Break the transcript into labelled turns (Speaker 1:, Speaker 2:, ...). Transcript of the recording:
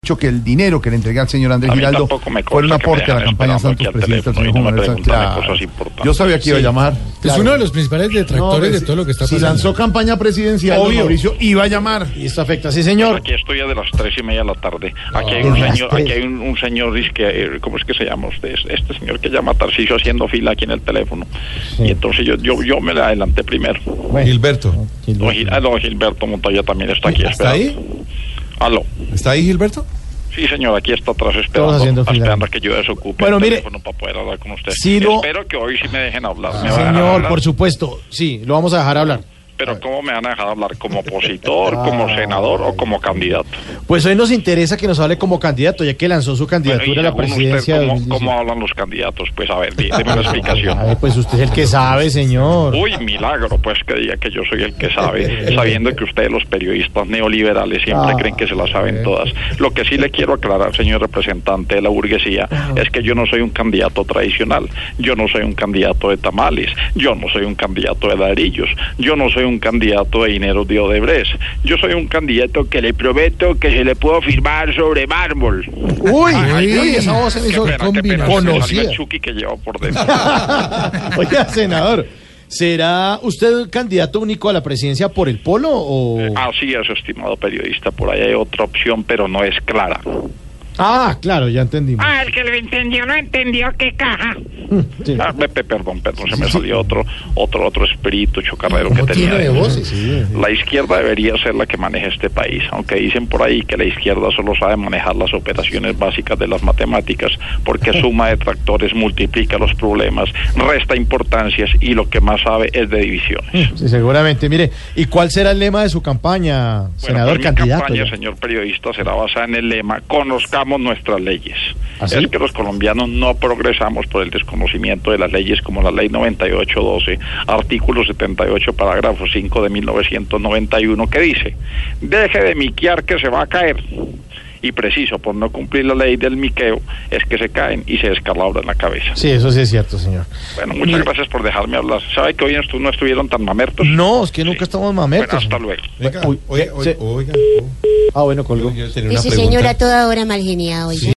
Speaker 1: Dicho que el dinero que le entregué al señor Andrés
Speaker 2: A mí
Speaker 1: Giraldo
Speaker 2: tampoco me consta
Speaker 1: fue un aporte
Speaker 2: que me
Speaker 1: a la
Speaker 2: hayan
Speaker 1: campaña
Speaker 2: esperado
Speaker 1: Santos
Speaker 2: aquí al
Speaker 1: Presidente.
Speaker 2: teléfono y no me
Speaker 1: Sánchez.
Speaker 2: preguntaron
Speaker 1: Claro.
Speaker 2: cosas importantes.
Speaker 1: Yo sabía que iba a llamar.
Speaker 3: Es
Speaker 1: Claro.
Speaker 3: uno de los principales detractores
Speaker 1: No,
Speaker 3: de
Speaker 1: si-
Speaker 3: todo lo que está
Speaker 1: Si
Speaker 3: pasando.
Speaker 1: lanzó campaña presidencial, don
Speaker 3: Obvio.
Speaker 1: Mauricio iba a llamar.
Speaker 3: Y esto afecta, sí, señor.
Speaker 2: Aquí estoy ya de las tres y media de la tarde. Aquí hay un
Speaker 3: Ah, de las
Speaker 2: señor,
Speaker 3: tres.
Speaker 2: aquí hay un, un señor, dice que, eh, ¿cómo es que se llama usted? Es- Este señor que llama a Tarciso haciendo fila aquí en el teléfono. Y entonces yo, yo, yo me la adelanté primero.
Speaker 4: Gilberto.
Speaker 2: Don Gil- ah, don Gilberto Montoya también está aquí
Speaker 4: ¿Está
Speaker 2: esperando.
Speaker 4: ahí?
Speaker 2: Aló.
Speaker 4: ¿Está ahí Gilberto?
Speaker 2: Sí, señor, aquí está atrás
Speaker 3: Todos
Speaker 2: esperando,
Speaker 3: haciendo fila.
Speaker 2: esperando a que yo desocupe
Speaker 3: Bueno,
Speaker 2: el
Speaker 3: mire,
Speaker 2: teléfono para poder hablar con usted.
Speaker 3: si lo-
Speaker 2: Espero que hoy sí me dejen hablar. ¿Me van a dejar
Speaker 3: Señor,
Speaker 2: hablar?
Speaker 3: por supuesto. Sí, lo vamos a dejar hablar.
Speaker 2: Pero ¿cómo me van a dejar hablar? ¿Como opositor,
Speaker 3: Ah.
Speaker 2: como senador o como candidato?
Speaker 3: Pues hoy nos interesa que nos hable como candidato, ya que lanzó su
Speaker 2: Bueno, y
Speaker 3: candidatura a la
Speaker 2: según usted,
Speaker 3: presidencia. de
Speaker 2: ¿cómo,
Speaker 3: 2017.
Speaker 2: cómo hablan los candidatos? Pues a ver, dí- deme una explicación.
Speaker 3: A ver, pues usted es el que sabe, señor.
Speaker 2: Uy, milagro, pues que diga que yo soy el que sabe, sabiendo que ustedes los periodistas neoliberales
Speaker 3: Ah,
Speaker 2: siempre creen que se la saben todas. Lo que sí le quiero aclarar, señor representante de la burguesía,
Speaker 3: Ah,
Speaker 2: es que yo no soy un candidato tradicional, yo no soy un candidato de tamales, yo no soy un candidato de ladrillos, yo no soy un candidato de dinero de Odebrecht, yo soy un candidato que le prometo que se le puedo firmar sobre mármol.
Speaker 3: Uy,
Speaker 1: uy, esa voz se me
Speaker 2: Qué
Speaker 1: hizo
Speaker 2: pena, qué pena, se me salió
Speaker 3: conocida.
Speaker 2: el Chucky que llevo por dentro.
Speaker 3: Oiga, senador, ¿será usted candidato único a la presidencia por el polo o...?
Speaker 2: Así es, Ah, estimado periodista, por ahí hay otra opción, pero no es clara.
Speaker 3: Ah, claro, ya entendimos.
Speaker 5: Ah, el que lo entendió, no entendió qué caja.
Speaker 3: Sí.
Speaker 2: Ah, pe- pe- perdón, perdón, se me salió otro, otro, otro espíritu chocarrero que
Speaker 3: ¿Cómo
Speaker 2: tenía.
Speaker 3: tiene de
Speaker 2: dentro.
Speaker 3: voces? Sí, sí.
Speaker 2: La izquierda debería ser la que maneje este país, aunque dicen por ahí que la izquierda solo sabe manejar las operaciones básicas de las matemáticas, porque suma detractores, multiplica los problemas, resta importancias y lo que más sabe es de divisiones.
Speaker 3: Sí, seguramente. Mire, ¿y cuál será el lema de su campaña,
Speaker 2: Bueno,
Speaker 3: senador
Speaker 2: pues mi
Speaker 3: candidato?
Speaker 2: campaña,
Speaker 3: ya?
Speaker 2: señor periodista, será basada en el lema conozcamos nuestras leyes.
Speaker 3: ¿Ah, sí?
Speaker 2: Es que los colombianos no progresamos por el desconocimiento de las leyes como la ley 9812, artículo 78, parágrafo 5 de 1991, que dice, deje de miquear que se va a caer. Y preciso, por no cumplir la ley del miqueo, es que se caen y se descalabran la cabeza.
Speaker 3: Sí, eso sí es cierto, señor.
Speaker 2: Bueno, muchas
Speaker 3: Mire, Mm.
Speaker 2: gracias por dejarme hablar. ¿Sabe que hoy estu- no estuvieron tan mamertos?
Speaker 3: No, es que nunca estamos mamertos.
Speaker 2: Bueno, hasta luego.
Speaker 4: Oiga,
Speaker 3: Uy, eh,
Speaker 4: oiga,
Speaker 3: se-
Speaker 4: oiga.
Speaker 3: Ah, bueno, colgó.
Speaker 4: Yo tenía una
Speaker 6: Ese
Speaker 4: pregunta.
Speaker 6: señor a toda hora mal geniado. oiga.